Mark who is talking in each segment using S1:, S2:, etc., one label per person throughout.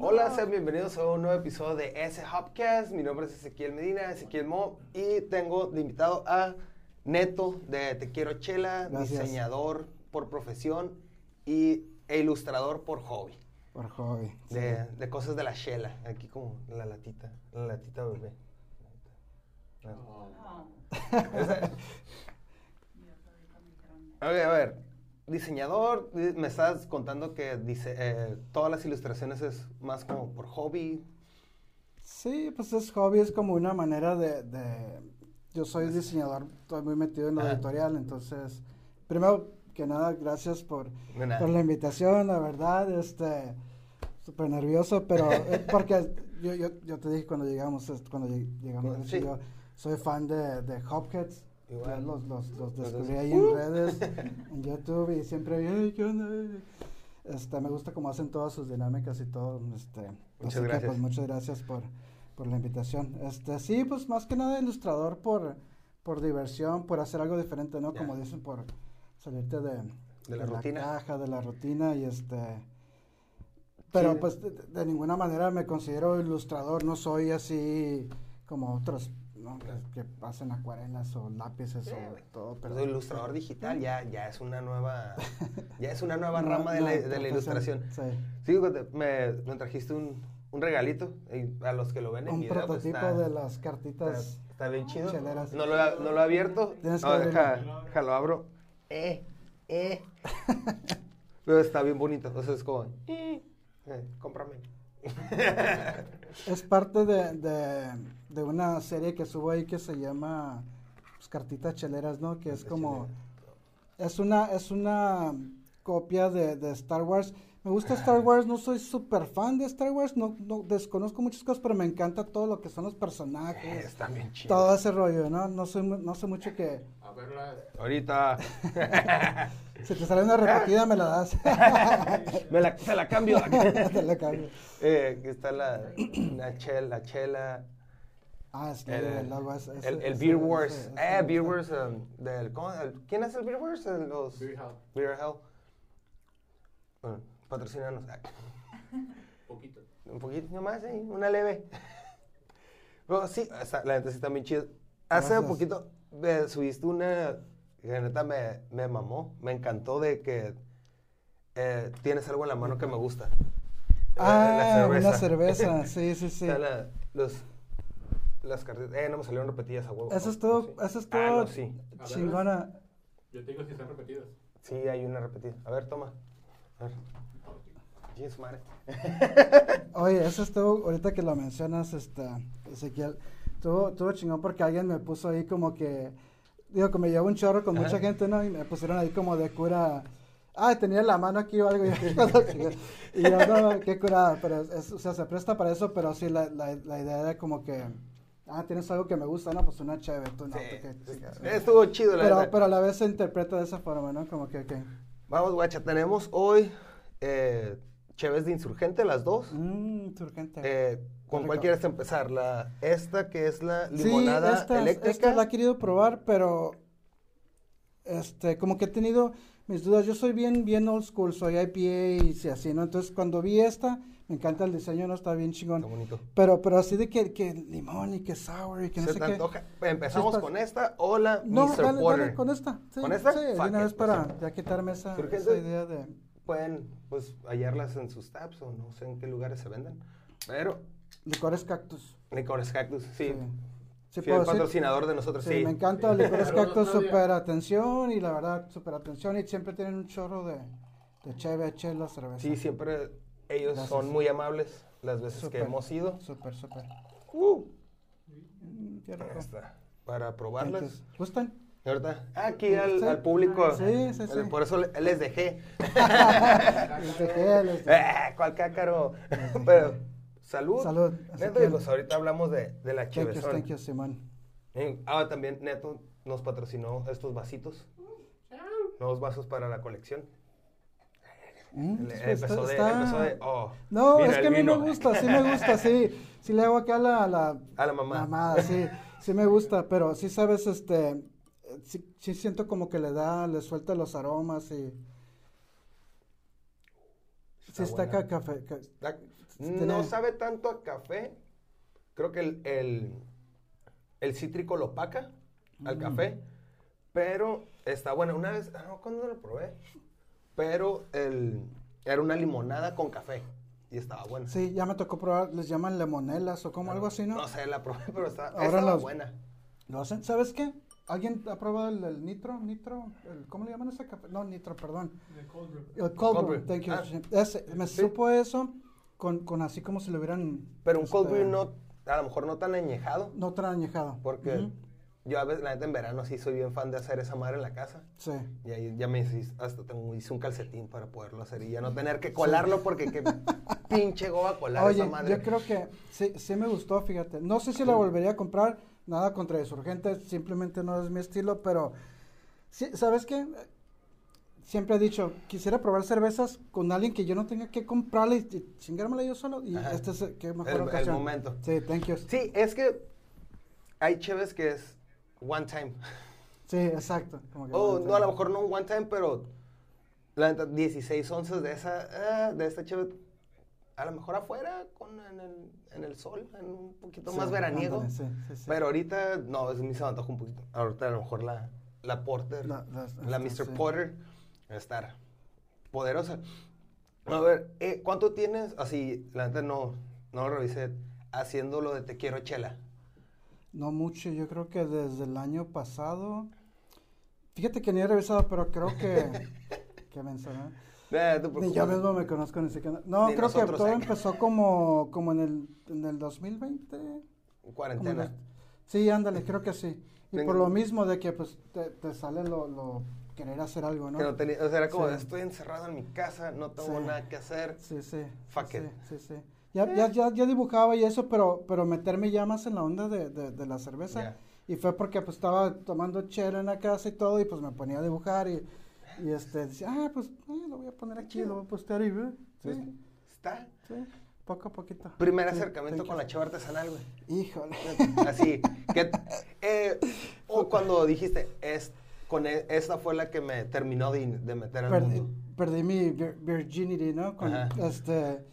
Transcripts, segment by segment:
S1: Hola, sean bienvenidos a un nuevo episodio de S Hopcast. Mi nombre es Ezequiel Medina, Ezequiel Mo, y tengo de invitado a Neto de Te Quiero Chela,
S2: Gracias.
S1: diseñador por profesión y, e ilustrador por hobby.
S2: Por hobby.
S1: De, de cosas de la chela, aquí como la latita, la latita bebé.
S2: Oh.
S1: Esa- Ok, a ver, diseñador, di- me estás contando que dice, eh, todas las ilustraciones es más como por hobby.
S2: Sí, pues es hobby, es como una manera de, de- Yo soy diseñador, estoy muy metido en lo
S1: Ajá.
S2: editorial, entonces, primero que nada, gracias por,
S1: De nada.
S2: por la invitación, la verdad, este, súper nervioso, pero eh, porque yo, yo, yo te dije cuando llegamos, es- cuando lleg- llegamos, de hecho,
S1: Sí.
S2: yo soy fan de, de Hopkins.
S1: Igual.
S2: Los, los,
S1: Los
S2: los
S1: Uh.
S2: descubrí
S1: des-
S2: ahí en redes, en YouTube, y siempre, "Ey, ¿qué onda? Este, me gusta cómo hacen todas sus dinámicas y todo. Este,
S1: Muchas
S2: que,
S1: gracias.
S2: pues, muchas gracias por, por la invitación. Este, sí, pues más que nada ilustrador por, por diversión, por hacer algo diferente, ¿no?
S1: Ya.
S2: Como dicen, por salirte de,
S1: la rutina.
S2: caja, de la rutina y este... Pero
S1: Sí.
S2: pues de, de ninguna manera me considero ilustrador, no soy así como otros, ¿no? Que, que hacen acuarelas o lápices
S1: Sí, güey.
S2: o todo,
S1: Pero
S2: pero...
S1: soy ilustrador digital ya, ya es una nueva, ya es una nueva
S2: No,
S1: rama de la,
S2: no,
S1: de la
S2: profesión,
S1: ilustración.
S2: sí.
S1: Sí, cuando te- me, me trajiste un, un regalito y a los que lo ven en
S2: Un
S1: video. pues,
S2: prototipo
S1: está-
S2: de las cartitas.
S1: Está, está bien chido.
S2: Cheleras.
S1: No lo, he- no lo he abierto.
S2: Tienes
S1: No,
S2: que
S1: deja,
S2: abrirlo.
S1: deja, lo abro. Eh, eh. Pero está bien bonito. O sea, es como, eh, eh, cómprame.
S2: Es parte de, de, de una serie que subo ahí que se llama pues, Cartitas Cheleras, ¿no? Que es como... Es una, es una copia de, de Star Wars. Me gusta Star Wars, no soy súper fan de Star Wars, no, no desconozco muchas cosas, pero me encanta todo lo que son los
S1: Eh,
S2: personajes,
S1: está bien chido.
S2: todo ese rollo, ¿no? No, soy, mu- no sé mucho que...
S3: A verla.
S1: Ahorita.
S2: Si te sale una repetida, me la das.
S1: me la, se la cambio.
S2: Te la cambio.
S1: Eh, aquí está la, la chela, la chela.
S2: Ah, es que
S1: El,
S2: el, logo es- es-
S1: el- el
S2: es-
S1: Beer
S2: es-
S1: Wars.
S2: es-
S1: eh,
S2: es-
S1: Beer Wars. um, del, ¿cómo? El- ¿Quién es el Beer Wars? Eh, Los,
S3: Beer Hall.
S1: Beer Hell. Bueno, patrocínanos. Ah,
S3: Poquito.
S1: Un poquito nomás, ahí, una leve. Pero sí, o sea, la neta sí está bien chida. Hace
S2: Gracias.
S1: poquito me subiste una. que La neta me, me mamó. Me encantó de que eh, tienes algo en la mano que me gusta. La- la
S2: Ah, una cerveza, sí, sí, sí.
S1: O sea, la- los, las cartitas. Eh, no me salieron repetidas a huevo.
S2: Eso
S1: ¿no?
S2: es todo,
S1: Sí.
S2: eso es
S1: Ah,
S2: todo
S1: no, sí.
S2: chingona.
S3: Yo te digo si están repetidas.
S1: Sí, hay una repetida. A ver, toma. A ver. Chingue su madre.
S2: Oye, eso estuvo, ahorita que lo mencionas, esta, Ezequiel, estuvo, estuvo chingón porque alguien me puso ahí como que, digo, que me llevó un chorro con mucha
S1: Ajá.
S2: gente, ¿no? Y me pusieron ahí como de cura, ah, tenía la mano aquí o algo, y yo, y yo, no, qué curada, pero, es- es- o sea, se presta para eso, pero sí, la, la, la idea era como que, ah, tienes algo que me gusta, no, pues una chévere, tú no,
S1: Sí.
S2: tú qué chingada.
S1: Estuvo chido, la
S2: pero,
S1: neta.
S2: pero a la vez se interpreta de esa forma, ¿no? Como que, que,
S1: Vamos, guacha, tenemos hoy eh, Cheves de Insurgente, las dos.
S2: mmm, turgente.
S1: Eh, ¿Con
S2: Rico.
S1: cuál quieres empezar? La, esta que es la limonada
S2: sí, esta,
S1: eléctrica.
S2: esta la he querido probar, pero este, como que he tenido mis dudas. Yo soy bien, bien old school, soy IPA y sí, así, ¿no? Entonces cuando vi esta, me encanta el diseño, no está bien
S1: Está
S2: chingón.
S1: bonito.
S2: Pero, pero así de que, que limón y que sour y que no
S1: ¿Se
S2: sé
S1: te
S2: qué.
S1: antoja? ¿Empezamos
S2: está-
S1: con esta o la
S2: No,
S1: Mr.
S2: dale,
S1: Porter?
S2: dale, con esta. Sí,
S1: ¿Con esta?
S2: Sí, de
S1: Fuck
S2: una
S1: it,
S2: vez
S1: pues, sí.
S2: para ya quitarme esa,
S1: Surge
S2: esa
S1: ese-
S2: idea de.
S1: Pueden pues, hallarlas en sus tabs o no sé en qué lugares se venden. Pero
S2: Licores cactus.
S1: Licores Cactus, sí.
S2: Sí,
S1: Fiel
S2: puedo decir.
S1: patrocinador de nosotros,
S2: Sí,
S1: sí.
S2: me encanta Licores
S3: Saludos,
S2: Cactus,
S3: Nadia.
S2: super atención y la verdad, super atención y siempre tienen un chorro de, de cheve, chela, cerveza.
S1: Sí, siempre ellos
S2: Gracias.
S1: son muy amables las veces
S2: Súper.
S1: que hemos ido.
S2: Súper, súper.
S1: Uh,
S2: Mm, qué rico.
S1: ahí está, para probarlas.
S2: Gracias. ¿Gustan?
S1: Y ahorita, aquí al,
S2: Sí.
S1: al público. Eh,
S2: Sí, sí, sí.
S1: Por eso le- les dejé.
S2: Les dejé, les dejé.
S1: Ah, ¿Cuál cácaro? Pero, salud.
S2: Salud.
S1: Neto, y
S2: Ezequiel.
S1: pues ahorita hablamos de, de la
S2: Thank you, thank
S1: chivezón.
S2: you, Simón.
S1: Eh, Ah, también Neto nos patrocinó estos vasitos. Nuevos vasos para la colección.
S2: Mm,
S1: El,
S2: está-
S1: empezó, de,
S2: está-
S1: empezó de, oh,
S2: No,
S1: mira
S2: es
S1: el
S2: que a mí me
S1: vino.
S2: gusta, sí me gusta, sí. Sí le hago acá a la, a la
S1: A la mamá.
S2: mamada, sí. Sí me gusta, pero sí sabes, este, eh, sí, sí siento como que le da, le suelta los aromas y... Sí, está
S1: buena.
S2: acá café. ca-
S1: La-
S2: Tiene-
S1: No sabe tanto a café. Creo que el, el, el cítrico lo opaca
S2: Mm.
S1: al café. Pero está buena. Una vez, ah, no, ¿cuándo lo probé? Pero el, era una limonada con café. Y estaba buena.
S2: Sí, ya me tocó probar, les llaman lemonelas o como algo así, ¿no?
S1: No sé, la probé, pero está,
S2: Ahora
S1: estaba
S2: las-
S1: buena.
S2: Lo hacen, ¿sabes qué? ¿Alguien ha probado el, el nitro? ¿Nitro? El- ¿Cómo le llaman ese café? No, nitro, perdón.
S3: De cold brew.
S2: El cold brew,
S1: Cold brew.
S2: thank you.
S1: Ah.
S2: Ese, me
S1: Sí.
S2: supo eso con, con así como si lo hubieran...
S1: Pero un cold
S2: este,
S1: brew no, a lo mejor no tan añejado.
S2: No tan añejado.
S1: Porque
S2: Ujú,
S1: yo a veces, la neta, en verano sí soy bien fan de hacer esa madre en la casa.
S2: Sí.
S1: Y ahí ya me hice, hasta tengo, hice un calcetín para poderlo hacer y ya no tener que colarlo porque qué pinche goba colar
S2: Oye,
S1: esa madre.
S2: yo creo que sí, sí me gustó, fíjate. No sé si la volvería a comprar, nada contra Insurgentes, simplemente no es mi estilo, pero sí, ¿sabes qué? Siempre he dicho, quisiera probar cervezas con alguien que yo no tenga que comprarla y, y chingármela yo solo. Y
S1: Ajá.
S2: este es el- qué mejor
S1: El- el
S2: ocasión.
S1: momento.
S2: Sí, thank you. Sí,
S1: Sí, es que hay chéves que es one time.
S2: exacto. como que
S1: O
S2: no
S1: Oh, no, a lo
S2: tengo-
S1: mejor no un one time, pero la neta, 16 onzas de esa, ah, de esta chévere. A lo mejor afuera, con, en, el, en el sol, en un poquito
S2: Sí,
S1: más veraniego.
S2: ándale, sí, sí, sí.
S1: Pero ahorita, no, es, a mí se me antoja un poquito. Ahorita a lo mejor la, la Porter,
S2: La-
S1: la,
S2: las-
S1: Mr.
S2: estas, sí.
S1: Porter, va a estar poderosa. A ver, eh, ¿cuánto tienes? Así, la neta no, no lo revisé, haciendo lo de Te Quiero Chela.
S2: No mucho, yo creo que desde el año pasado. Fíjate que ni he revisado, pero creo que. que mencioné.
S1: Eh, no te
S2: Ni
S1: preocupes.
S2: yo mismo me conozco ni siquiera. No,
S1: Ni
S2: creo que
S1: nosotros ¿eh?
S2: todo
S1: acá.
S2: empezó como, como en, el, en el 2020. como en
S1: Cuarentena.
S2: el- sí, ándale, creo que sí. Y
S1: Venga.
S2: por lo mismo de que pues te, te sale lo, lo querer hacer algo, ¿no?
S1: Que no tenía- o sea, era como,
S2: Sí.
S1: estoy encerrado en mi casa, no tengo
S2: Sí.
S1: nada que hacer.
S2: Sí, sí.
S1: Fuck
S2: sí,
S1: it.
S2: sí, sí. Ya, ya, ya, ya dibujaba y eso, pero, pero meterme ya más en la onda de, de, de la cerveza.
S1: Ya.
S2: Y fue porque pues estaba tomando chela en la casa y todo, y pues me ponía a dibujar y, y este, decía, ah, pues eh, lo voy a poner aquí, lo voy a postear y ve. Sí,
S1: Está.
S2: sí, poco a poquito.
S1: Primer
S2: Sí,
S1: acercamiento
S2: thank
S1: con
S2: you.
S1: la chava artesanal, güey.
S2: Híjole.
S1: Así. Que, eh, o cuando dijiste, es, con e- esta fue la que me terminó de, in- de meter al
S2: Perdí,
S1: mundo.
S2: perdí mi vir- virginity, ¿no? Con,
S1: Ajá.
S2: este,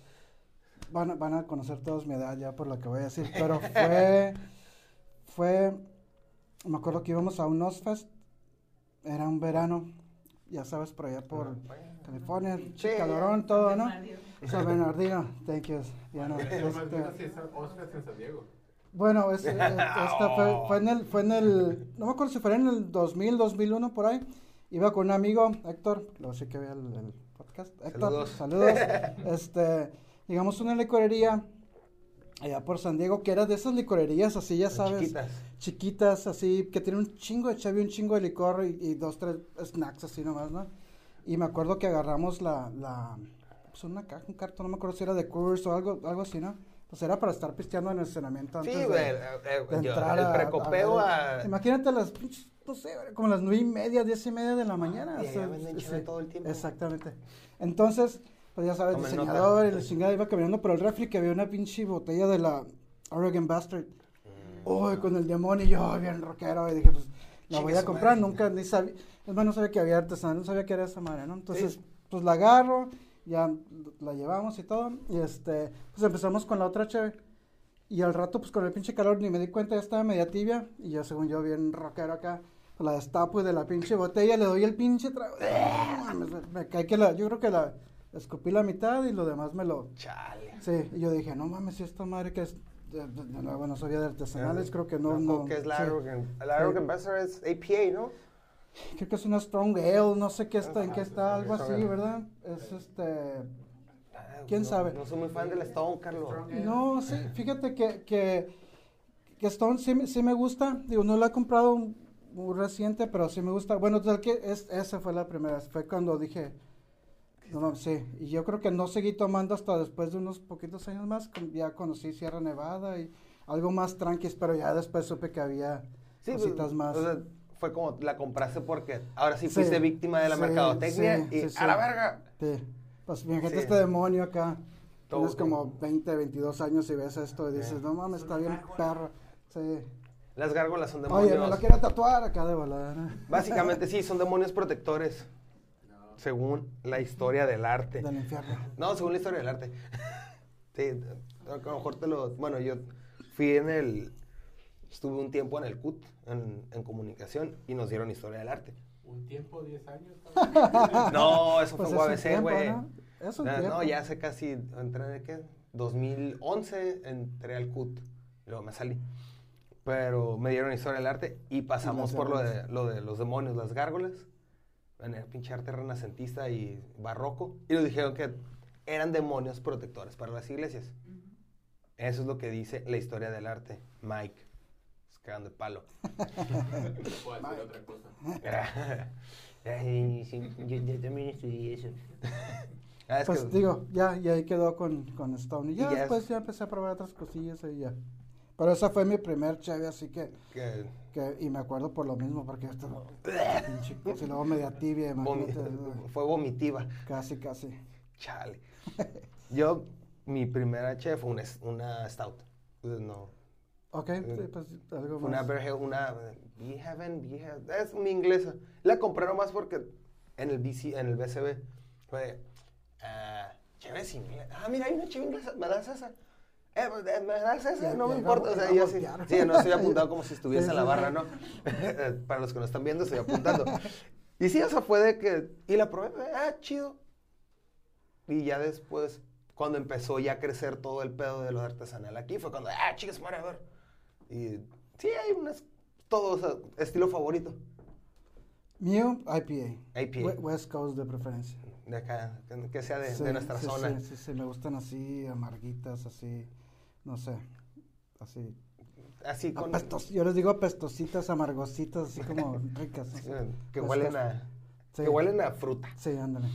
S2: van, a- van a conocer todos mi edad ya por lo que voy a decir, pero fue, fue, me acuerdo que íbamos a un Ozfest, era un verano, ya sabes, por allá por California,
S1: Sí.
S2: calorón, todo, ¿no?
S4: Mario.
S2: San Bernardino, thank you. Ya no,
S3: Yo más
S2: este,
S3: bien así es Oscars en San Diego.
S2: Bueno, es- eh, esta fue, fue en el, fue en el, no me acuerdo si fue en el 2000, 2001, por ahí. Iba con un amigo, Héctor, lo sé que vea el, el podcast. Héctor,
S1: Saludos.
S2: saludos. Este, llegamos a una licorería allá por San Diego, que era de esas licorerías así, ya
S1: Las
S2: sabes,
S1: Chiquitas.
S2: chiquitas, así, que tiene un chingo de chevy, un chingo de licor y, y dos, tres snacks así nomás, ¿no? Y me acuerdo que agarramos la, la, pues una caja, un cartón, no me acuerdo si era de Coors o algo, algo así, ¿no? Pues era para estar pisteando en el estacionamiento antes
S1: Sí,
S2: de,
S1: güey. eh, eh,
S2: de
S1: yo,
S2: entrar
S1: el
S2: a-
S1: precopeo
S2: a-
S1: a.
S2: Imagínate las, pinches, no sé, güey, como las nueve y media, diez y media de la mañana.
S1: Ah, y
S2: o sea,
S1: allá venden cheve todo el tiempo.
S2: Exactamente. Entonces, pues ya sabes,
S1: Tomen
S2: diseñador, y
S1: nota.
S2: la chingada iba caminando por el refri que había una pinche botella de la Oregon Bastard.
S1: Mm,
S2: Uy, con el demonio, y yo bien rockero, y dije, pues, la
S1: Chingue
S2: voy a
S1: su
S2: comprar,
S1: madre.
S2: nunca ni sabía, es más, no sabía que había artesanal, no sabía que era esa madre, ¿no? Entonces, pues la agarro, ya la llevamos y todo, y este, pues empezamos con la otra chévere. Y al rato, pues con el pinche calor, ni me di cuenta, ya estaba media tibia. Y yo, según yo, bien rockero acá, la destapo y de la pinche botella le doy el pinche trago. Me, me cae que la, yo creo que la escupí la mitad y lo demás me lo.
S1: Chale.
S2: Sí, y yo dije, no mames, esta madre que es. de- de- de- no, bueno, sabía de artesanales, creo que no. no
S1: que es la
S2: sí.
S1: Arrogant. La Arrogant Bastard es APA, ¿no?
S2: Creo que es una Strong Ale, no sé qué está, en qué está,
S1: Ajá,
S2: algo así,
S1: Strong Ale.
S2: ¿verdad? Es este.
S1: Ah,
S2: ¿Quién
S1: no-
S2: sabe?
S1: No soy muy fan del Stone, Carlos.
S2: No, sí, fíjate que, que, que Stone sí, me- sí me gusta. Digo, no lo he comprado muy reciente, pero sí me gusta. Bueno, total que es, esa fue la primera. Fue cuando dije, no, no, sí. Y yo creo que no seguí tomando hasta después de unos poquitos años más. con- Ya conocí Sierra Nevada y algo más tranquis, pero ya después supe que había
S1: pues,
S2: cositas más.
S1: o sea, fue como la compraste porque ahora sí
S2: Sí,
S1: fuiste víctima de la
S2: sí,
S1: mercadotecnia
S2: sí,
S1: y
S2: sí, sí.
S1: a la verga.
S2: Sí. Pues fíjate
S1: Sí.
S2: este demonio acá.
S1: Todo
S2: Tienes como
S1: bien.
S2: 20, 22 años y ves esto y dices, no mames, está bien perro. Sí.
S1: Las gárgolas son
S2: Oye, me
S1: demonios.
S2: eh, lo quiero tatuar acá de volada. ¿no?
S1: Básicamente sí, son demonios protectores.
S3: No.
S1: según la historia del arte.
S2: Del infierno.
S1: No, según la historia del arte. sí, a lo mejor te lo... Bueno, yo fui en el... Estuve un tiempo en el CUT, en, en comunicación, y nos dieron historia del arte.
S3: Un tiempo, 10 años. cabrón.
S1: No, eso
S2: Pues
S1: fue
S2: es un
S1: UABC,
S2: tiempo,
S1: güey.
S2: ¿no? Es un
S1: No,
S2: tiempo.
S1: No, ya hace casi, entré, ¿qué? 2011 entré al CUT, y luego me salí. Pero me dieron historia del arte y pasamos
S2: las
S1: por lo de,
S2: gárgolas.
S1: lo de los demonios, las gárgolas. En el pinche arte renacentista y barroco. Y nos dijeron que eran demonios protectores para las iglesias. Eso es lo que dice la historia del arte. Mike. Es Pues, cagando el palo.
S3: Puedo decir otra cosa.
S4: Ay, sí, yo, yo también estudié eso.
S1: Ah, es
S2: Pues
S1: que-
S2: digo, ya, y ahí quedó con, con Stone. Y ya
S1: Y ya es-
S2: después ya empecé a probar otras cosillas ahí ya. Pero esa fue mi primer cheve, así que,
S1: que
S2: que- y me acuerdo por lo mismo, porque esto pinche cosa, y luego media tibia,
S1: vomi-
S2: imagínate,
S1: fue vomitiva.
S2: casi, casi.
S1: Chale. Yo, mi primera chef fue una, s- una stout. Pues, No.
S2: Ok, sí, pues algo
S1: Eh, Fue una
S2: más.
S1: beer ale, una Beehaven, Beehaven. Es una inglesa. La compré nomás porque en el BC, en el BCB fue de, ah, cheves inglesa. Ah, mira, hay una cheve inglesa. Me das esa. Eh, pues, eh, me das esa,
S2: Ya-
S1: no me
S2: ya
S1: importa.
S2: la-
S1: O sea,
S2: la
S1: yo sí,
S2: voltearon.
S1: sí, no estoy apuntado como si estuviese
S2: Sí,
S1: en la
S2: sí,
S1: barra,
S2: sí.
S1: ¿no? Para los que no están viendo, estoy apuntando. Y sí, o sea, fue de que. Y la probé, eh, ah, chido. Y ya después, cuando empezó ya a crecer todo el pedo de lo artesanal aquí, fue cuando, ah, chicas, madre, a ver. Y sí, hay unas, todo, o sea, estilo favorito.
S2: Mío, IPA.
S1: IPA.
S2: We- West Coast de preferencia.
S1: De acá, que- que sea de,
S2: Sí,
S1: de nuestra
S2: sí,
S1: zona.
S2: Sí, sí, sí, me gustan así, amarguitas, así, no sé, así.
S1: Así con.
S2: apestos- yo les digo apestositas, amargositas, así como ricas. así.
S1: eh, Que
S2: West
S1: huelen
S2: Coast.
S1: a.
S2: Sí.
S1: Que huelen a fruta.
S2: Sí, ándale.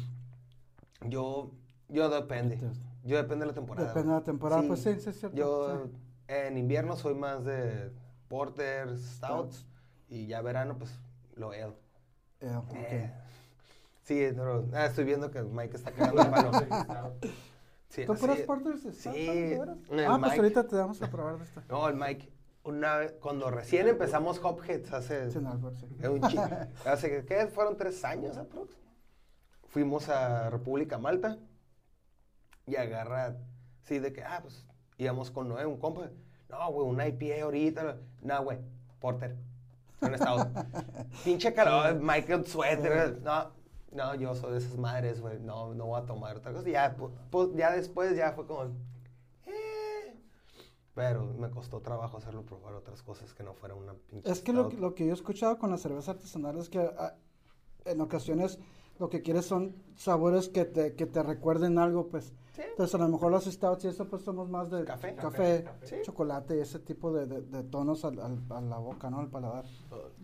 S1: Yo, yo depende. Yo depende de la temporada.
S2: Depende de la temporada, pues sí, sí, es cierto,
S1: Yo
S2: sí.
S1: en invierno soy más de porter, stouts,
S2: Stouts.
S1: y ya verano pues lo ale.
S2: Eh, ok.
S1: Eh, Sí, pero ah, estoy viendo que Mike está cagando el palo. Sí,
S2: ¿Tú
S1: así-
S2: puras porters?
S1: Sí.
S2: ¿Estás hablando de veras?
S1: el
S2: Ah, pues
S1: Mike-
S2: ahorita te damos a probar de esta.
S1: No, el Mike, una vez, cuando recién empezamos Hopheads hace...
S2: Sin albur, sí.
S1: Es un chi- Hace que, ¿qué? Fueron tres años aprox. Fuimos a República Malta y agarra, sí, de que, ah, pues íbamos con Noé, un compa. No, güey, una IPA ahorita. No, güey, Porter. Un estado. Pinche calor, Michael Sweater. No, no, yo soy de esas madres, güey. No, no voy a tomar otra cosa. Y Ya, pu- pu- ya después ya fue como, eh. Pero me costó trabajo hacerlo probar otras cosas que no fuera una pinche.
S2: Es que lo,
S1: stout.
S2: que lo que yo he escuchado con la cerveza artesanal es que ah, en ocasiones lo que quieres son sabores que te, que te recuerden algo, pues.
S1: Sí.
S2: Entonces, a lo mejor los stouts y eso, pues somos más de
S1: Café.
S2: café,
S3: Café,
S1: sí.
S2: chocolate y ese tipo de, de- de tonos al- al- a la boca, ¿no? Al paladar.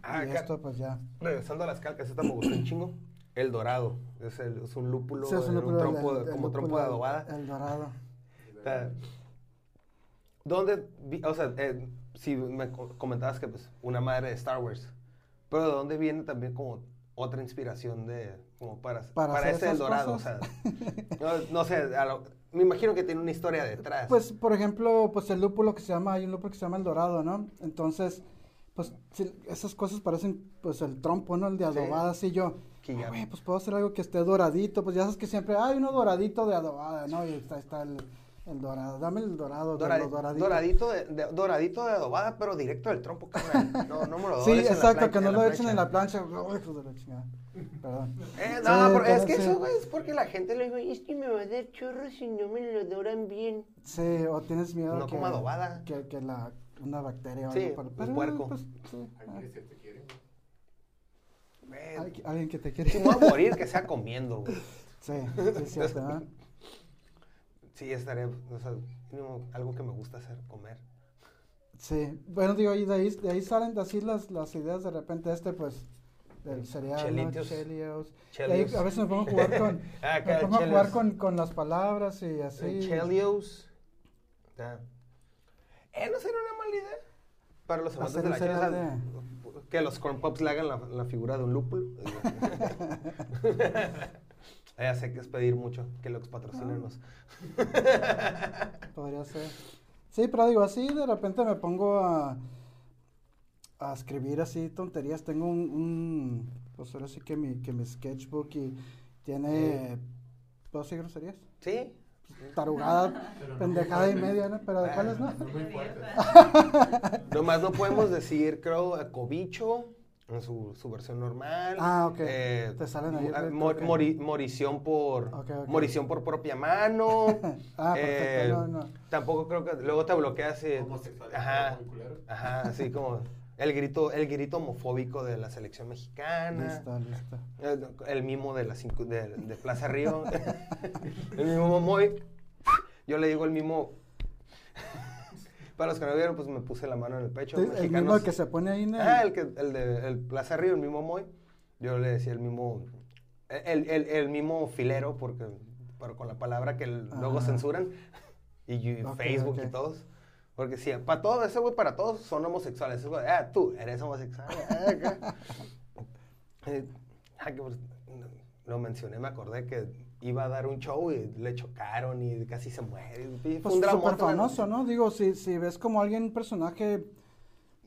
S1: Ah,
S2: y
S1: acá-
S2: esto, pues ya.
S1: Regresando a las calcas, esta me gustó un chingo. El dorado. Es, el- es un lúpulo,
S2: Sí, es
S1: en un
S2: lúpulo, el-
S1: trompo de-
S2: el
S1: como trompo
S2: lúpulo ah.
S1: de adobada.
S2: El dorado.
S1: Está- ¿Dónde, vi- o sea, eh, si me co- comentabas que pues una madre de Star Wars, pero ¿de dónde viene también como otra inspiración de, como para,
S2: Para
S1: para,
S2: hacer
S1: este El
S2: esas
S1: Dorado? O sea,
S2: cosas.
S1: no, no sé, a lo- me imagino que tiene una historia detrás.
S2: Pues, por ejemplo, pues el lúpulo que se llama, hay un lúpulo que se llama el dorado, ¿no? Entonces, pues sí, esas cosas parecen, pues el trompo, ¿no? El de
S1: Sí.
S2: adobada, así yo.
S1: Que
S2: "Ah,
S1: ya-
S2: güey, pues puedo hacer algo que esté doradito, pues ya sabes que siempre hay uno doradito de adobada, ¿no? Y está, está el, el dorado, dame el dorado,
S1: Doradi-
S2: lo doradito.
S1: doradito, de, de- doradito de adobada, pero directo del trompo, cabrón. No, no me lo
S2: Sí,
S1: dores en la
S2: exacto,
S1: plancha-
S2: que no
S1: en
S2: lo
S1: la
S2: echen en
S1: plancha.
S2: la plancha. Uy, hijos de la chingada. Perdón.
S1: Eh,
S2: Sí,
S1: no, pero es
S2: pero
S1: que
S2: sí.
S1: eso, güey, es porque la
S4: Te
S1: gente
S4: lo
S1: le
S4: digo, es que me va a dar chorro si no me lo doran bien.
S2: Sí, o tienes miedo
S1: No
S2: que,
S1: coma adobada.
S2: que, que la, una bacteria o
S1: Sí,
S2: algo. por- pues,
S1: un puerco.
S2: sí,
S3: Alguien que se te quiere. güey.
S2: ah,
S1: "Ven,
S2: alguien- alguien que te quiere.
S1: Si me voy a morir, que sea comiendo, güey.
S2: Sí, sí es cierto, ¿verdad?
S1: Sí, estaré, o sea, mínimo algo que me gusta hacer, comer.
S2: Sí, bueno, digo, y de ahí, de ahí salen así las, las ideas de repente este, pues, del cereal, ¿no?
S1: Chelitos.
S2: Chelios. Y ahí
S1: Chelios.
S2: a veces nos vamos a jugar con,
S1: Ah, Acá,
S2: nos vamos a jugar
S1: chelios.
S2: con, con las palabras y así.
S1: Chelios. Ah. Eh, no sería una mala idea. Para los amantes
S2: Hacer
S1: de
S2: un
S1: la chela,
S2: cereal
S1: que los corn pops le hagan la, la figura de un lúpulo. Eh, Ya sé que es pedir mucho, que los patrocínenos.
S2: Ah. Podría ser. Sí, pero digo, así de repente me pongo a, a escribir así tonterías. Tengo un, un, pues ahora sí que mi, que mi sketchbook y Tiene. ¿Puedo decir groserías?
S1: Sí.
S2: Tarugada,
S3: Pero no
S2: pendejada y
S3: fuertes.
S2: media, ¿no? Pero de cuáles no.
S3: No muy fuertes.
S1: Nomás no podemos decir, creo, a cobicho en su, su versión normal.
S2: Ah, ok.
S1: Eh,
S2: Te salen ahí,
S1: ah,
S2: creo
S1: mor-
S2: que-
S1: mori- morición por
S2: Ok, ok.
S1: morición por propia mano.
S2: Ah, perfecto, no, no.
S1: Tampoco creo que luego te bloqueas eh,
S3: Homosexualidad,
S1: ajá.
S3: muy culero.
S1: Ajá, así como el grito el grito homofóbico de la selección mexicana.
S2: Listo, listo.
S1: El, el mimo de, las cinco- de, de Plaza Río. el mimo muy. Yo le digo el mimo. Para los que no vieron, pues me puse la mano en el pecho.
S2: Entonces, el mismo
S1: mexicanos-
S2: que se pone ahí en el-
S1: Ah, el, que, el de el Plaza Río, el mimo Moy. Yo le decía el mimo. El, el, el mimo filero, porque pero con la palabra que el- luego
S2: Ajá.
S1: censuran. Y yo-
S2: Ah. Ok,
S1: Facebook
S2: ok.
S1: y todos. Porque sí, para todos, ese güey para todos son homosexuales. Ese güey, ah, tú eres homosexual. ah, acá. Eh, ah, que por- lo mencioné, me acordé que iba a dar un show y le chocaron y casi se muere. y Fue
S2: Pues
S1: un
S2: súper
S1: dramote, la-
S2: famoso, ¿no? Digo, si, si ves como alguien, un personaje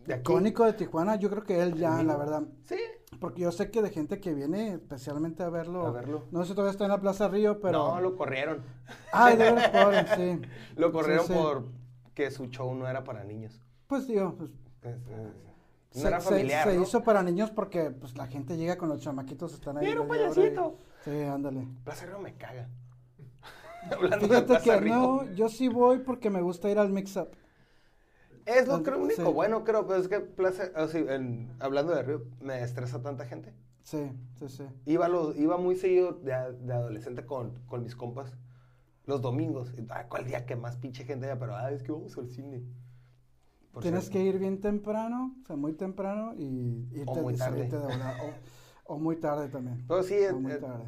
S1: de aquí.
S2: icónico de Tijuana, yo creo que él ya,
S1: El
S2: la
S1: mismo.
S2: verdad.
S1: Sí.
S2: Porque yo sé que de gente que viene especialmente a verlo.
S1: A verlo.
S2: No sé si todavía está en la Plaza Río, pero.
S1: No, lo corrieron.
S2: Ay, de veras, pobre, sí.
S1: Lo corrieron
S2: Sí, sí.
S1: por que su show no era para niños.
S2: Pues digo, pues,
S1: Es- es- No
S2: se,
S1: era
S2: se-
S1: familiar,
S2: se
S1: ¿no?
S2: hizo para niños porque pues la gente llega con los chamaquitos, están ahí.
S1: Mira, un
S2: media hora
S1: payasito.
S2: y- Sí, ándale.
S1: Plaza Río me caga. Hablando de
S2: Fíjate
S1: Plaza
S2: que
S1: Río.
S2: no, yo sí voy porque me gusta ir al mix-up.
S1: Es lo creo,
S2: Sí.
S1: único bueno, creo. Pero es que Plaza, o sea, en- hablando de Río, me estresa tanta gente.
S2: Sí, sí, sí.
S1: Iba, a los, iba muy seguido de, a- de adolescente con, con mis compas. Los domingos. Y, ah, ¿Cuál día que más pinche gente haya? Pero ah, es que vamos al cine. Por
S2: Tienes
S1: cierto.
S2: que ir bien temprano, o sea, muy temprano y irte,
S1: O muy
S2: y
S1: tarde.
S2: salirte de volada, O, o muy tarde también.
S1: Pero sí, eh,
S2: o
S1: es-
S2: muy
S1: es-
S2: tarde.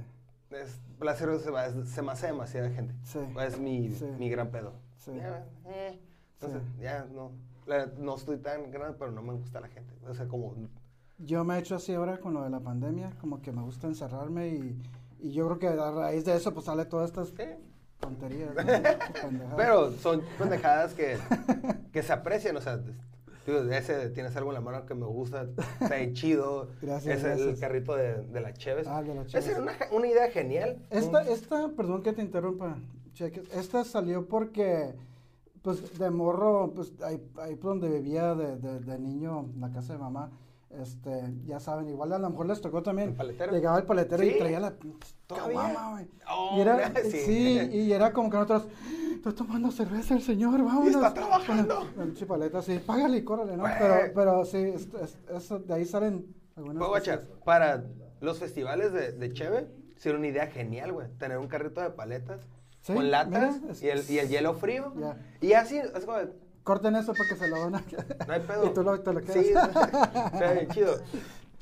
S1: es- Plaza Río se, va- es- se me hace demasiada gente.
S2: Sí.
S1: Es mi,
S2: Sí.
S1: mi gran pedo.
S2: Sí.
S1: Ya, eh, Entonces,
S2: Sí.
S1: ya no. la- no estoy tan grande, pero no me gusta la gente. O sea, como.
S2: Yo me he hecho así ahora con lo de la pandemia, como que me gusta encerrarme y, y yo creo que a raíz de eso pues sale todas estas
S1: eh,
S2: tonterías. ¿no? Pendejadas.
S1: Pero son pendejadas que, que se aprecian. O sea, digo, ese tienes algo en la mano que me gusta, está ahí chido.
S2: Gracias,
S1: es el
S2: gracias.
S1: carrito de, de la Cheves.
S2: Ah, de la Cheves.
S1: Esa era una, una idea genial.
S2: Esta, esta, perdón que te interrumpa, cheque, esta salió porque, pues, de morro, pues, ahí, ahí por donde vivía de, de, de niño, en la casa de mamá, este, ya saben, igual a lo mejor les tocó también,
S1: El paletero.
S2: llegaba el paletero
S1: Sí.
S2: y traía la pinche
S1: Todavía.
S2: caguama, güey,
S1: Oh,
S2: y era,
S1: sí.
S2: sí. y era como que nosotros, está tomando cerveza el señor, vámonos,
S1: está trabajando.
S2: Con el pinche paleta, sí, págale y córrele, ¿no?
S1: Güey.
S2: Pero, pero sí, es- es- eso, de ahí salen algunas
S1: Pues, guacha,
S2: cosas.
S1: para los festivales de, de Cheve, sí era una idea genial, güey. Tener un carrito de paletas
S2: Sí,
S1: con latas
S2: mira, es-
S1: y, el, y el hielo frío.
S2: Ya.
S1: Y así, es como, no
S2: Corten eso porque se lo van a...
S1: hay pedo.
S2: Y tú lo, te lo quedas.
S1: Sí, está bien chido.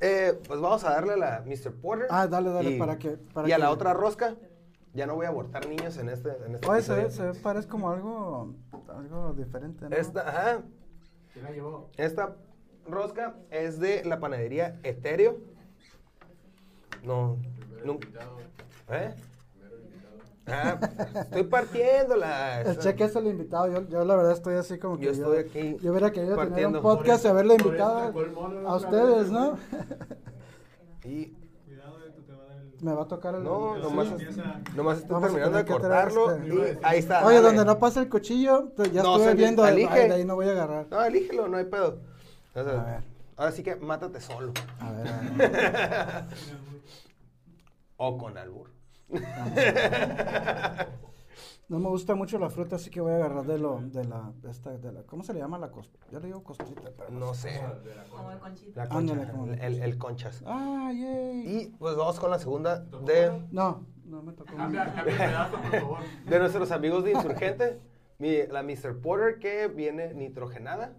S1: Eh, pues vamos a darle a la Mr. Porter.
S2: Ah, dale, dale,
S1: y-
S2: para que- para
S1: y a
S2: que-
S1: la otra rosca. Ya no voy a abortar niños en este. En este
S2: Oye, se ve,
S1: episodio.
S2: se ve, parece como algo, algo diferente, ¿no?
S1: Esta, ajá,
S3: ¿Quién la llevó?
S1: esta rosca es de la panadería Etéreo. No, nunca.
S3: Invitado,
S1: ¿Eh?
S3: primero invitado.
S1: Ah, estoy partiéndola.
S2: El cheque es el invitado, yo, yo la verdad estoy así como que
S1: Yo estoy aquí
S2: Yo hubiera querido tener
S1: partiendo.
S2: un podcast y
S3: Por
S2: haberle
S3: eso- por eso
S2: invitado
S3: sacó el mono,
S2: a
S3: ¿no?
S2: ustedes, ¿no?
S1: Y
S5: Cuidado, esto te va a dar el.
S2: Me va a tocar el...
S1: no,
S2: el-
S1: nomás,
S2: sí, sí.
S1: nomás estoy
S2: Vamos a
S1: terminando de
S2: tener que traer
S1: cortarlo.
S2: este-
S1: Y ahí está.
S2: Oye,
S1: dale.
S2: donde no pasa el cuchillo, pues ya
S1: No,
S2: estuve
S1: se-
S2: viendo, ay,
S1: elige.
S2: de ahí no voy a agarrar.
S1: No, elígelo, no hay pedo. O sea,
S2: A ver.
S1: Ahora sí que mátate solo.
S2: A ver, a ver.
S1: O con albur.
S2: No me gusta mucho la fruta, así que voy a agarrar de lo, de la, esta, de la, ¿cómo se le llama la costita? Yo le digo costita, pero
S1: No sé.
S6: Como el conchito.
S1: La concha.
S2: Ándale, como-
S1: el, el conchas.
S2: Ah, yay.
S1: Y pues vamos con la segunda de,
S2: No, no me tocó.
S3: Cambia, cambia el pedazo, por favor.
S1: de nuestros amigos de Insurgente. mi- la Mr. Porter que viene nitrogenada.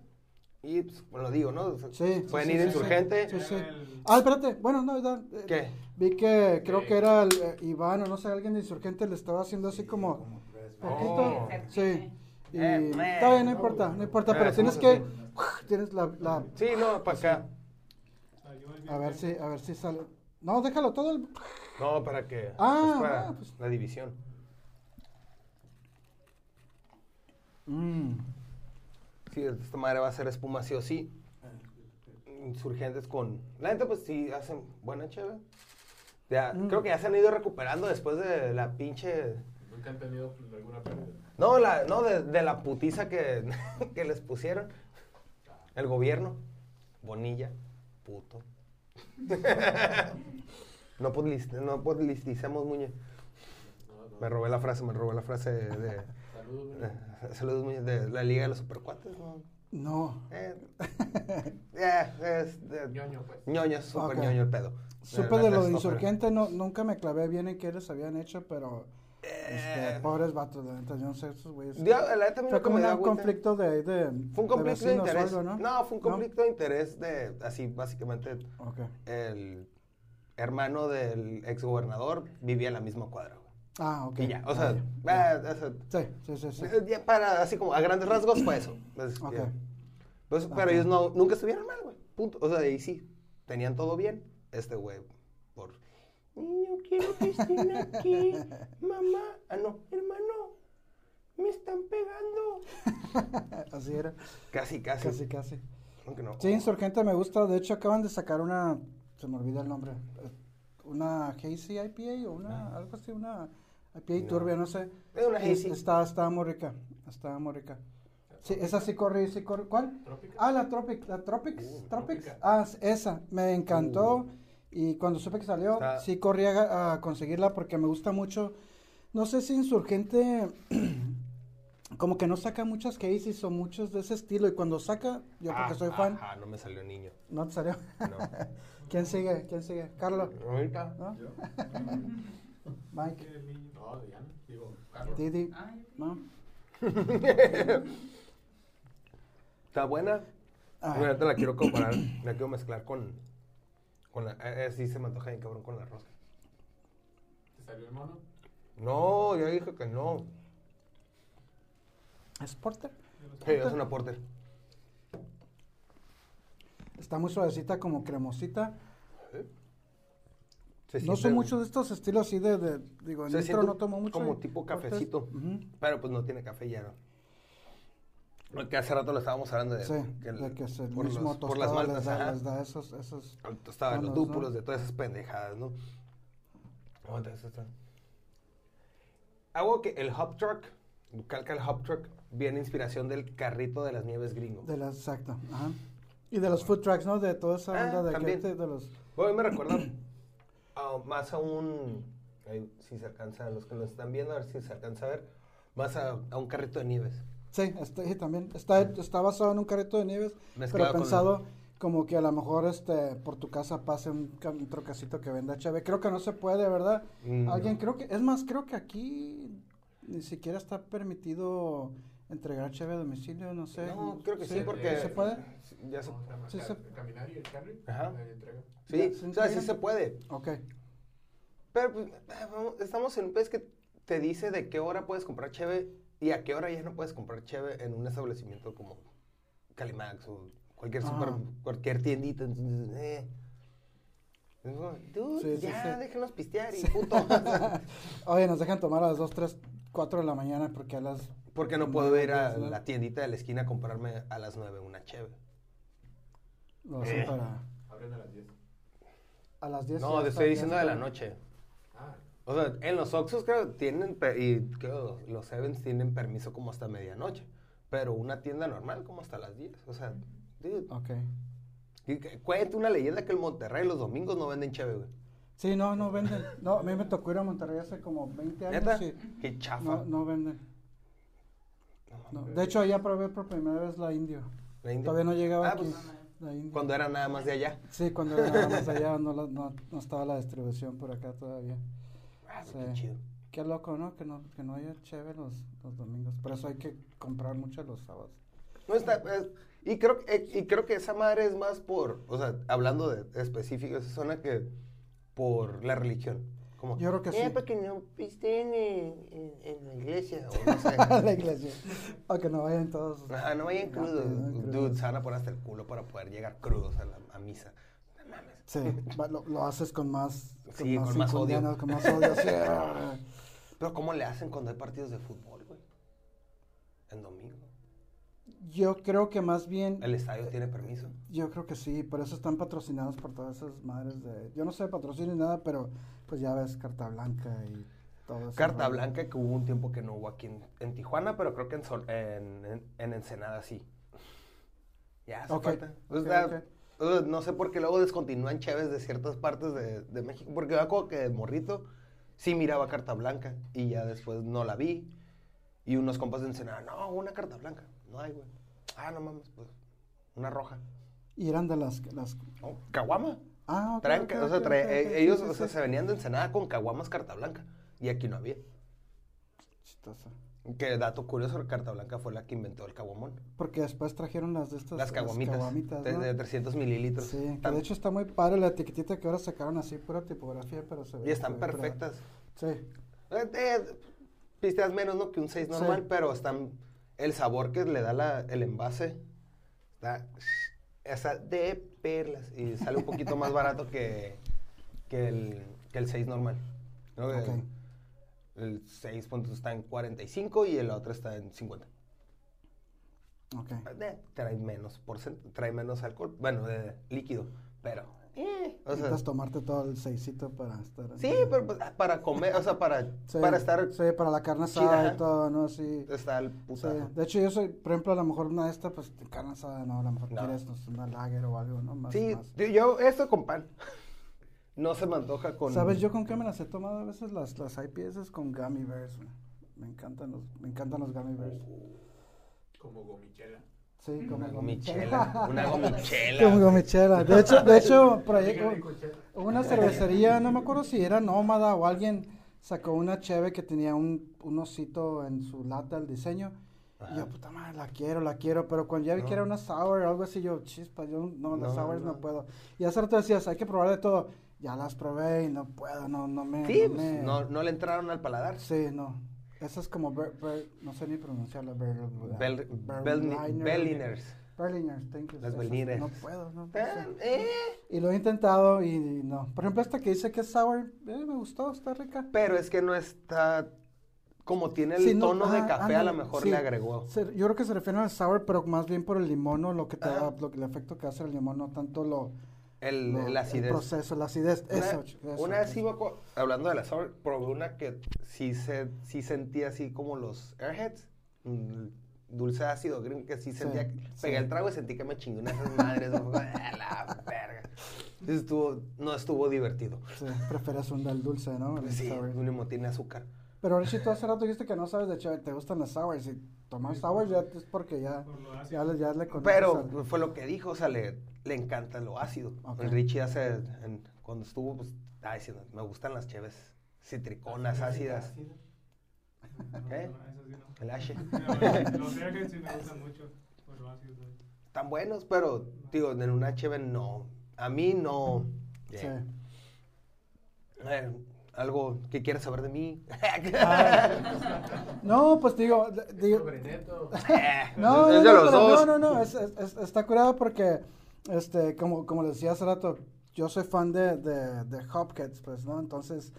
S1: Y pues, bueno, lo digo, ¿no? O sea,
S2: Sí.
S1: Pueden
S2: sí,
S1: ir
S2: sí,
S1: Insurgente.
S2: Sí, sí.
S5: El-
S2: Ah, espérate. Bueno, no, no, eh,
S1: ¿Qué?
S2: Vi que creo que era el, eh, Iván o no sé, alguien de Insurgente le estaba haciendo así como poquito.
S1: Oh.
S2: Sí. Y
S1: Eh, meh.
S2: está bien, no importa, no importa,
S1: Eh,
S2: pero tienes
S1: somos
S2: que tienes la, la
S1: Sí, no, para acá.
S5: Salió el
S2: a ver si a ver si sale. No, déjalo todo el
S1: No, para que.
S2: Ah,
S1: es para
S2: ah, pues.
S1: la división.
S2: Mm,
S1: Sí, esta madre va a ser espuma sí o sí. Insurgentes con. La gente, pues sí, hacen buena chévere. Ya,
S2: Mm.
S1: Creo que ya se han ido recuperando después de la pinche...
S3: Nunca han tenido alguna pérdida.
S1: No, la, no de, de la putiza que, que les pusieron. El gobierno. Bonilla. Puto. no, podlist, no podlisticemos, Muñe. Me robé la frase, me robé la frase de...
S3: Saludos, güey.
S1: de- saludos, Muñe, de la Liga de los Supercuates, ¿no?
S2: No.
S1: Eh, eh, es de-
S3: Ñoño, pues.
S1: ñoño, súper
S2: Ok.
S1: ñoño el pedo.
S2: Supe de lo de insurgente, no, nunca me clavé bien en qué les habían hecho, pero este,
S1: Eh,
S2: pobres vatos, la neta, yo no sé esos güeyes.
S1: Dio- la neta a mí
S2: Este, Fue
S1: nunca
S2: como
S1: me
S2: un
S1: dio agüita.
S2: conflicto de, ahí de
S1: Fue un
S2: de
S1: conflicto de
S2: vecinos o
S1: interés.
S2: algo,
S1: ¿no?
S2: ¿no?
S1: fue un conflicto de interés de, así, básicamente,
S2: Ok.
S1: el hermano del exgobernador vivía en la misma cuadra, güey.
S2: Ah, ok.
S1: Y ya, o sea,
S2: Ah,
S1: eh, o sea,
S2: Sí, sí, sí, sí.
S1: eh, ya para, así como, a grandes rasgos fue eso. Pues,
S2: Ok.
S1: ya. Pues, pero ellos no, nunca estuvieron mal, güey. Punto. O sea, y sí, tenían todo bien. Este güey, por... Niño, quiero que estén aquí. Mamá, ah, no, hermano, me están pegando. eh,
S2: Así era.
S1: Casi, casi.
S2: Casi, casi.
S1: Aunque no.
S2: Sí, Insurgente me gusta. De hecho, acaban de sacar una. Se me olvida el nombre. eh, Una Hazy IPA o una. Algo así, una IPA
S1: Ah. No.
S2: turbia, no sé.
S1: Es una
S2: Es-
S1: hazy.
S2: Está, está muy rica. Está muy rica. Sí, esa sí corre, sí corre. ¿Cuál?
S3: Trópica.
S2: Ah, la Tropic. ¿La Tropics?
S1: Uh,
S2: ¿Tropics?
S3: Trópica.
S2: Ah, s- esa. Me encantó. Y cuando supe que salió,
S1: Está-
S2: sí corrí a, a conseguirla porque me gusta mucho. No sé si Insurgente. Como que no saca muchas cases o muchos de ese estilo. Y cuando saca, yo porque
S1: Ah,
S2: soy fan,
S1: Ah, ah, no me salió niño.
S2: no te salió.
S1: No.
S2: ¿Quién sigue? ¿Quién sigue? Carlos,
S1: Ahorita.
S2: ¿no?
S5: Yo.
S2: Mike,
S5: El niño.
S3: No, Diana. Digo, Carlos.
S2: Didi, ¿no?
S1: Está buena.
S2: Ah,
S1: Mira, te la quiero comparar. La quiero mezclar con. con la, eh, eh, sí, se me antoja bien cabrón con la rosca.
S3: ¿Te salió el mono?
S1: No, ya dije que no.
S2: ¿Es Porter?
S1: Sí, es una porter.
S2: Está muy suavecita, como cremosita.
S1: Se
S2: no
S1: siente-
S2: soy mucho de estos estilos así de, de- digo, en
S1: Se
S2: nitro
S1: siente
S2: no tomo mucho.
S1: como
S2: y
S1: tipo
S2: Porter-
S1: cafecito.
S2: Ujú.
S1: Pero pues no tiene café ya, ¿no? Porque hace rato lo estábamos hablando de
S2: Sí, de que se, el
S1: por,
S2: mismo
S1: los- por las
S2: tostado les
S1: maltas,
S2: da,
S1: ajá.
S2: les da esos, esos...
S1: Al tostado de los
S2: Vamos, ¿no?
S1: lúpulos, de todas esas pendejadas, ¿no? Aguanta, esto está. Hago que el hop truck, calca el hop truck, viene inspiración del carrito de las nieves gringo.
S2: De las, exacto, ajá. Y de los food trucks, ¿no? De toda esa
S1: Ah,
S2: onda de, que
S1: también.
S2: te- de los...
S1: Bueno, me recuerda a- más a un. ahí, si se alcanza, los que nos están viendo, a ver si se alcanza a ver. Más a, a un carrito de nieves.
S2: Sí, este, sí, también. Está, está basado en un carrito de nieves,
S1: Mezclado
S2: pero
S1: con-
S2: pensado como que a lo mejor este por tu casa pase un, ca- un trocacito que venda cheve. Creo que no se puede, ¿verdad?
S1: Mm,
S2: Alguien
S1: no.
S2: creo que... Es más, creo que aquí ni siquiera está permitido entregar cheve a domicilio, no sé.
S1: No, creo que sí,
S3: Sí,
S1: porque. eh,
S2: ¿Se puede?
S1: Sí, Ya se,
S3: No, nada más
S2: Sí,
S3: ca-
S2: se-
S3: Caminar y el carry.
S1: Ajá.
S3: la entrega.
S1: sí,
S2: Ya,
S1: o
S2: ¿se
S1: sea, sí
S2: entrega?
S1: se puede.
S2: Ok.
S1: Pero pues, ah, vamos, estamos en un país que te dice de qué hora puedes comprar cheve y a qué hora ya no puedes comprar cheve en un establecimiento como Calimax o cualquier super,
S2: Ajá.
S1: cualquier tiendita. Entonces, eh. Es como, Dude,
S2: Sí, sí,
S1: ya,
S2: sí.
S1: déjenos pistear y puto.
S2: Oye, nos dejan tomar a las 2, 3, 4 de la mañana porque a las...
S1: Porque no puedo ir a
S2: diez, ¿no?
S1: la tiendita de la esquina a comprarme a las 9 una cheve.
S2: No, sí,
S1: Eh.
S2: para...
S3: Abren a las 10.
S2: A las 10.
S1: No,
S2: ya
S1: te
S2: está-
S1: estoy
S2: ya
S1: diciendo de
S2: está.
S1: la noche.
S3: Ah,
S1: O sea, en los Oxxos creo tienen, pe- y creo los Sevens tienen permiso como hasta medianoche, pero una tienda normal como hasta las 10. O sea, dude,
S2: Ok.
S1: y que- cuenta una leyenda que en Monterrey los domingos no venden cheve, güey.
S2: Sí, no, no venden. No, a mí me tocó ir a Monterrey hace como 20 años.
S1: ¿Neta?
S2: sí.
S1: Qué chafa.
S2: No, no venden. No, De hecho, allá probé por primera vez la indio.
S1: La India-
S2: Todavía no llegaba
S1: Ah,
S2: aquí.
S1: pues,
S2: la indio.
S1: cuando era nada más de allá.
S2: Sí, cuando era nada más allá, no, la- no, no estaba la distribución por acá todavía.
S1: Ah,
S2: Sí.
S1: qué chido.
S2: Qué loco, ¿no? Que no, que no haya chévere los, los domingos. Por eso hay que comprar mucho los sábados.
S1: No está, es- y, creo, eh, y creo que esa madre es más por, o sea, hablando de específico, esa zona que por la religión. Como,
S2: Yo creo que
S4: Eh,
S2: sí.
S4: para que no pisteen en, en, en la iglesia.
S1: o no sé.
S2: la iglesia. O que no vayan todos.
S1: Ajá, Ah, no vayan crudos.
S2: no, crudos.
S1: Dude, se van a poner hasta el culo para poder llegar crudos a, la, a misa. No mames.
S2: Sí, va- lo, lo haces con más,
S1: Sí, con más odio.
S2: inconvenientes, Con más odio, sí. ah.
S1: Pero ¿cómo le hacen cuando hay partidos de fútbol, güey? En domingo.
S2: Yo creo que más bien,
S1: El estadio tiene permiso.
S2: yo creo que sí, por eso están patrocinados por todas esas madres de, yo no sé de patrocinio ni nada, pero pues ya ves Carta Blanca y todo eso.
S1: Carta Blanca, que hubo un tiempo que no hubo aquí en, en Tijuana, pero creo que en, Sol- en, en- en Ensenada sí. Ya hace
S2: Ok,
S1: falta. O
S2: ok,
S1: sea,
S2: ok.
S1: o sea, no sé por qué luego descontinúan Chéves de ciertas partes de, de México, porque yo me acuerdo que de morrito sí miraba Carta Blanca y ya después no la vi. Y unos compas de Ensenada, no, una Carta Blanca. No hay, güey. Ah, no mames, pues una roja.
S2: Y eran de las, las
S1: No, caguama.
S2: ah, ok,
S1: Traen
S2: ok,
S1: ca- o sea,
S2: ok,
S1: trae-
S2: ok,
S1: eh,
S2: ok, sí,
S1: ellos
S2: sí,
S1: o sea,
S2: sí.
S1: se venían de Ensenada con caguamas Carta Blanca y aquí no había.
S2: Chistoso.
S1: Que dato curioso, Carta Blanca fue la que inventó el caguamón.
S2: Porque después trajeron las de estas
S1: Las caguamitas.
S2: caguamitas,
S1: de,
S2: ¿no?
S1: de 300 mililitros.
S2: Sí, que
S1: Están-
S2: de hecho está muy padre la etiquetita que ahora sacaron así, pura tipografía, pero se ve.
S1: y están
S2: se ve curada.
S1: perfectas.
S2: Sí,
S1: Eh, eh, pisteas menos, ¿no? Que un 6 normal,
S2: Sí.
S1: pero están... El sabor que le da la- el envase está... Está de perlas. Y sale un poquito más barato que, que el, que el 6 normal. Creo que
S2: Ok.
S1: El 6 puntos está en 45 y el otro está en 50.
S2: ok.
S1: Eh, trae menos porcent- trae menos alcohol, bueno, de líquido, pero eh, o sea,
S2: Necesitas tomarte todo el seisito para estar.
S1: sí, pero pues, ah, para comer, o sea, para,
S2: Sí,
S1: para estar
S2: Sí, para la carne
S1: chida,
S2: asada
S1: ajá.
S2: y todo, ¿no? Sí.
S1: está el
S2: sí.
S1: putazo.
S2: De hecho, yo soy, por ejemplo, a lo mejor una de estas, pues de carne asada, ¿no? A lo mejor
S1: No.
S2: quieres no sé, una lager o algo, ¿no? Más,
S1: Sí,
S2: más.
S1: yo, yo esto con pan. No se me antoja con
S2: ¿Sabes yo con qué me las he tomado a veces? Las, las IPS es con gummy bears, güey. Me encantan los, me encantan los gummy bears.
S3: Como gomichela.
S2: Sí, como
S1: una
S2: gomichela.
S1: gomichela, una gomichela.
S2: Como gomichela. De hecho, de hecho, por ahí
S3: Qué
S2: hubo-
S3: rico, chela.
S2: hubo una cervecería, no me acuerdo si era Nómada o alguien sacó una cheve que tenía un, un osito en su lata, el diseño. Y yo,
S1: Ajá.
S2: pues, puta madre, la quiero, la quiero. Pero cuando ya vi que
S1: No.
S2: era una sour o algo así, yo, chispa, yo no,
S1: No,
S2: las sours no,
S1: no.
S2: puedo. Y hace rato decías, hay que probar de todo. Ya las probé y no puedo, no, no me.
S1: Sí,
S2: no
S1: pues,
S2: me-
S1: no, no le entraron al paladar.
S2: Sí, no. Esa es como, Ber- Ber- no sé ni pronunciarla, Ber-
S1: Bel-
S2: Ber-
S1: Belni-
S2: Berliner.
S1: Berliners.
S2: Berliner, thank you.
S1: Las
S2: Esas-
S1: Berliners.
S2: No puedo, no puedo.
S1: Ah, eh,
S2: Y lo he intentado y, y no. Por ejemplo, esta que dice que es sour, eh, me gustó, está rica.
S1: Pero es que no está como tiene el
S2: Sí, no,
S1: tono de
S2: ah,
S1: café, a
S2: ándale,
S1: lo mejor
S2: sí.
S1: le agregó.
S2: Se- yo creo que se refiere al sour, pero más bien por el limón o lo que te
S1: Ajá.
S2: da, lo que el efecto que hace el limón, no tanto lo,
S1: El,
S2: lo-
S1: el acidez.
S2: proceso, la acidez.
S1: Una,
S2: eso, ch- eso,
S1: una vez
S2: eso.
S1: sí me acuerdo- hablando de las sour, probé una que sí, se, sí sentía así como los airheads, mm, dulce ácido green, que sí sentía,
S2: Sí,
S1: pegué
S2: sí.
S1: el trago y sentí que me chingué una de esas madres, ¿no? ¡Ah, la verga. Estuvo, no estuvo divertido.
S2: Sí, prefieres un del dulce, ¿no? El
S1: Sí,
S2: sour.
S1: un limón tiene azúcar.
S2: Pero ahora sí, tú hace rato dijiste que no sabes de cheve, te gustan las sours. Y tomar sour ya es porque ya,
S5: Por lo ácido.
S2: ya, le- ya le conoces. al-
S1: Pero fue lo que dijo, o sea, le, le encanta lo ácido.
S2: Ok.
S1: El Richie hace, en- cuando estuvo, pues, estaba diciendo, me gustan las cheves citriconas, ácidas.
S3: Ácida.
S5: No, no,
S1: ¿Eh?
S5: no, eso sí no.
S1: El Ashe.
S5: Pero Los airheads sí me gustan mucho. Por lo ácido.
S1: Están buenos, pero, digo, en una HB no. A mí no.
S2: Sí.
S1: Eh, eh, algo que quieras saber de mí.
S2: Ah. No, pues digo, de- digo,
S3: Sobre neto.
S2: No, no,
S1: Eh, Es de
S2: no,
S1: los
S2: pero-
S1: dos.
S2: no, no, no, es- es- es- está curada porque, este, como, como les decía hace rato, yo soy fan de, de, de Hopkins, pues, ¿no? Entonces,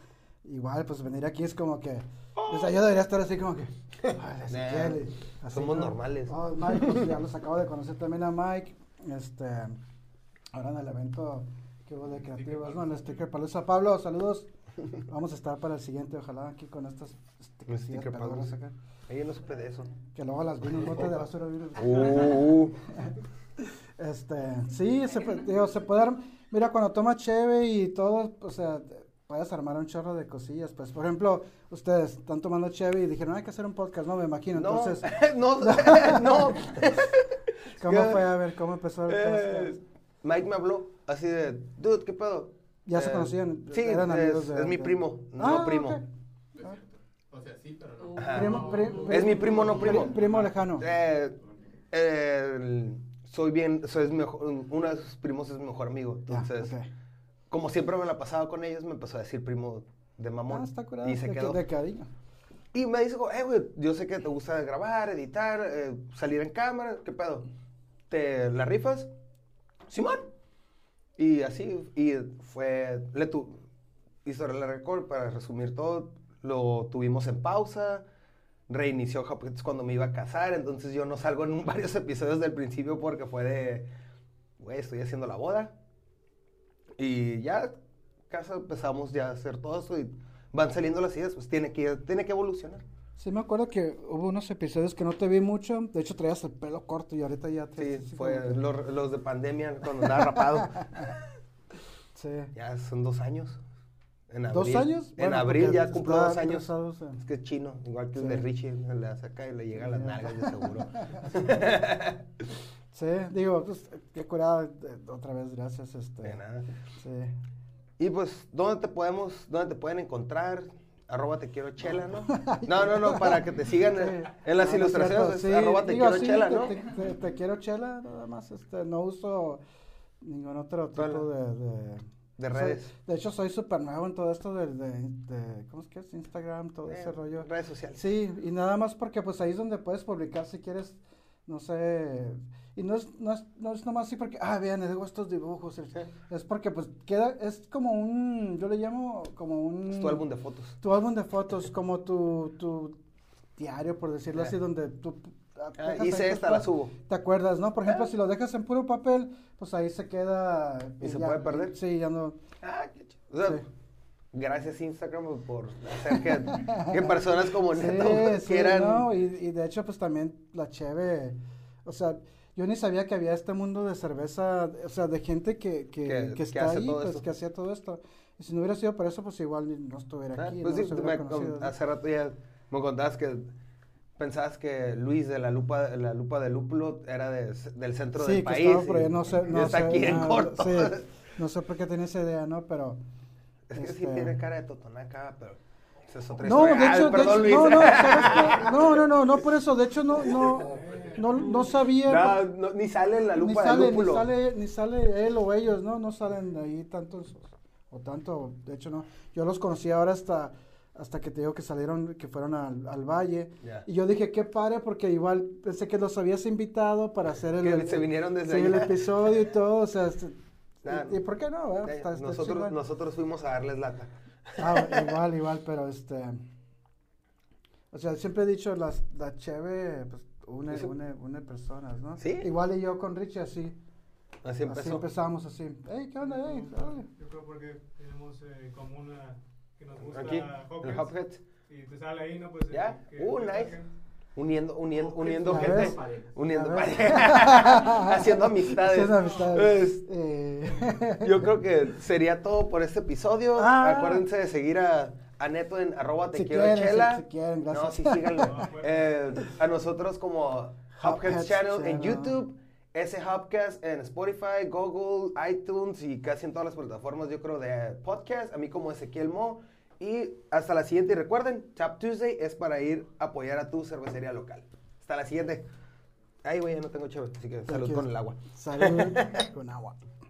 S2: igual, pues, venir aquí es como que, o sea, yo debería estar así como que, "Ay, así
S1: Nah,
S2: quiere", así,
S1: somos
S2: ¿no?
S1: normales.
S2: Oh, Mike, pues, ya los acabo de conocer también a Mike, este, ahora en el evento que hubo de creativos, ¿no? En el sticker palusa. Pablo, saludos, vamos a estar para el siguiente, ojalá, aquí con estas stickercillas
S1: Sticker
S2: pedorras
S1: Palusa.
S2: acá,
S1: Ella no supe de eso.
S2: que luego las vino un bote de basura, vino-
S1: Uh,
S2: este, sí, se, pu- digo, se puede arm- Mira, cuando toma cheve y todo, o sea, te- puedes armar un chorro de cosillas. Pues, por ejemplo, ustedes están tomando cheve y dijeron, hay que hacer un podcast, ¿no? Me imagino.
S1: no,
S2: Entonces,
S1: no, no.
S2: ¿cómo fue? A ver, ¿cómo empezó? el
S1: Eh,
S2: podcast?
S1: Mike me habló así de, dude, ¿qué pedo?
S2: ¿Ya se
S1: Eh,
S2: conocían?
S1: Sí,
S2: Eran
S1: es,
S2: amigos de-
S1: es mi
S2: de-
S1: primo,
S2: Ah,
S1: no primo.
S2: ok.
S3: No es cierto. O sea, sí, pero no.
S1: Ajá.
S2: Primo- pri- pri-
S1: Es mi primo, no primo.
S2: pri- primo lejano.
S1: Eh, el- soy bien, soy es mejor, uno de sus primos es mi mejor amigo,
S2: Ya,
S1: entonces...
S2: ok.
S1: como siempre me la pasaba con ellos, me empezó a decir primo de mamón.
S2: Ah, está curado.
S1: Y se
S2: de,
S1: quedó.
S2: de cariño.
S1: Y me dice, eh, güey, yo sé que te gusta grabar, editar, eh, salir en cámara, ¿qué pedo? ¿Te la rifas? Simón. Y así, y fue, le tu, hizo la record para resumir todo, lo tuvimos en pausa, reinició Hot Pockets cuando me iba a casar, entonces yo no salgo en un- varios episodios del principio porque fue de, güey, estoy haciendo la boda. Y ya casa empezamos ya a hacer todo eso y van saliendo las ideas, pues tiene que, tiene que evolucionar.
S2: Sí, me acuerdo que hubo unos episodios que no te vi mucho. De hecho, traías el pelo corto y ahorita ya
S1: Sí,
S2: te.
S1: fue los, los de pandemia cuando andaba rapado.
S2: Sí.
S1: ya son dos años. En
S2: ¿Dos
S1: abril-
S2: años?
S1: En
S2: Bueno,
S1: abril
S2: porque
S1: ya cumplo
S2: está
S1: dos años.
S2: atrasados en-
S1: Es que es chino, igual que el
S2: Sí.
S1: de Richie, se le saca y le llega a las
S2: Ya.
S1: nalgas de seguro.
S2: Sí, digo, pues qué curada. eh, Otra vez, gracias. Este,
S1: De nada.
S2: Sí.
S1: Y pues, ¿dónde te podemos, dónde te pueden encontrar? Arroba te quiero chela, ¿no? No, no, no, para que te sigan en,
S2: Sí.
S1: en las
S2: No, no es
S1: ilustraciones.
S2: cierto,
S1: es
S2: sí,
S1: arroba te
S2: digo,
S1: quiero
S2: sí,
S1: chela,
S2: te-
S1: ¿no?
S2: Te, te- te quiero chela, nada más. Este, no uso ningún otro tipo
S1: Vale.
S2: de, de-
S1: De
S2: soy-
S1: redes.
S2: de hecho, soy súper nuevo en todo esto de, de- de- ¿cómo es que es? Instagram, todo ese
S1: Eh,
S2: rollo.
S1: Redes sociales.
S2: Sí, y nada más porque pues ahí es donde puedes publicar si quieres, no sé, y no es, no es, no es nomás así porque, ah, vean, le debo estos dibujos, el- es porque pues queda, es como un, yo le llamo como un...
S1: Es tu álbum de fotos.
S2: Tu álbum de fotos, como tu, tu diario, por decirlo
S1: Ah.
S2: así, donde tú... ah,
S1: Ah,
S2: dejas
S1: hice
S2: ahí tus
S1: esta, la
S2: cosas,
S1: subo.
S2: ¿Te acuerdas, no? Por ejemplo, si lo dejas en puro papel, pues ahí se queda...
S1: ¿Y se puede perder?
S2: Sí, ya no...
S1: Ah, qué chido. O sea,
S2: Sí.
S1: gracias Instagram por hacer que, que personas como
S2: Sí,
S1: Neto
S2: sí,
S1: quieran.
S2: ¿no? Y, y de hecho, pues también la cheve, o sea, yo ni sabía que había este mundo de cerveza, o sea, de gente que,
S1: Que-
S2: que, que
S1: que
S2: está
S1: hace
S2: ahí,
S1: todo
S2: pues
S1: esto.
S2: que hacía todo esto. Y si no hubiera sido por eso, pues igual ni- no estuviera
S1: Ah,
S2: aquí.
S1: pues
S2: no
S1: sí,
S2: se
S1: tú
S2: hubiera
S1: me-
S2: conocido, ¿no?
S1: hace rato ya me contabas que pensabas que Luis de la lupa la lupa de lúpulo era de- del centro
S2: Sí,
S1: del
S2: que
S1: país.
S2: estaba por
S1: y-
S2: allá, no sé,
S1: y
S2: no
S1: está
S2: sé,
S1: aquí en
S2: nada,
S1: corto.
S2: sí, no sé por qué tenía esa idea, ¿no? Pero...
S1: Es que sí
S2: este,
S1: tiene cara de Totonaca, pero esa es otra
S2: No, de
S1: historia. Ay,
S2: hecho, de
S1: perdón,
S2: hecho-
S1: Luis.
S2: no, no, ¿sabes qué? no, no, no, no por eso, de hecho, no, no, no, no sabía,
S1: No, no, ni sale en la
S2: ni
S1: lupa
S2: sale,
S1: de
S2: ni
S1: lúpulo.
S2: sale, ni sale él o ellos, ¿no? No salen de ahí tanto en sus- o tanto, de hecho no. Yo los conocí ahora hasta hasta que te digo que salieron, que fueron al, al valle.
S1: Ya.
S2: Y yo dije, qué padre, porque igual pensé que los habías invitado para hacer el,
S1: Que
S2: el-
S1: se vinieron desde
S2: sí, el
S1: allá.
S2: episodio y todo, o sea, este-
S1: Nah,
S2: y, y por qué no? verdad?
S1: Ya,
S2: Está- está
S1: nosotros,
S2: chingón.
S1: nosotros fuimos a darles lata.
S2: Ah, igual, igual, pero este, o sea, siempre he dicho, las, la cheve, pues, une,
S1: Eso-
S2: une, une personas, ¿no?
S1: Sí.
S2: Igual y yo con Richie, así.
S1: Así
S2: Así
S1: empezó.
S2: empezamos así. Ey, ¿qué onda? Ey, órale.
S5: Yo creo porque tenemos eh, en común a- que nos gusta
S1: Aquí,
S5: Hopkins.
S1: en Hopheads,
S5: Y te sale ahí, ¿no? Pues, eh,
S1: Ya.
S5: que-
S1: Uh,
S5: que
S1: nice.
S5: saquen.
S1: uniendo, uniendo, uniendo
S2: Ya
S1: gente,
S2: ves.
S1: uniendo
S2: Ya ves.
S1: pareja, haciendo amistades. Este,
S2: Haciendo Pues, amistades.
S1: Es-
S2: Eh,
S1: Yo creo que sería todo por este episodio.
S2: Ah.
S1: Acuérdense de seguir a, a Neto en arroba te
S2: Si
S1: quiero
S2: quieren,
S1: chela.
S2: si- si quieren, gracias. pues.
S1: No, sí, síganlo.
S5: No, bueno.
S1: Eh, a nosotros como Hubcast
S2: Hubcast
S1: Channel en
S2: Channel.
S1: YouTube, ese Hubcast en Spotify, Google, iTunes y casi en todas las plataformas, yo creo, de podcast. A mí como Ezequiel Mo. Y hasta la siguiente. Y recuerden, Tap Tuesday es para ir a apoyar a tu cervecería local. Hasta la siguiente. Ay, güey, ya no tengo chévere, así que salud
S2: Aquí-
S1: con el agua.
S2: Salud con agua.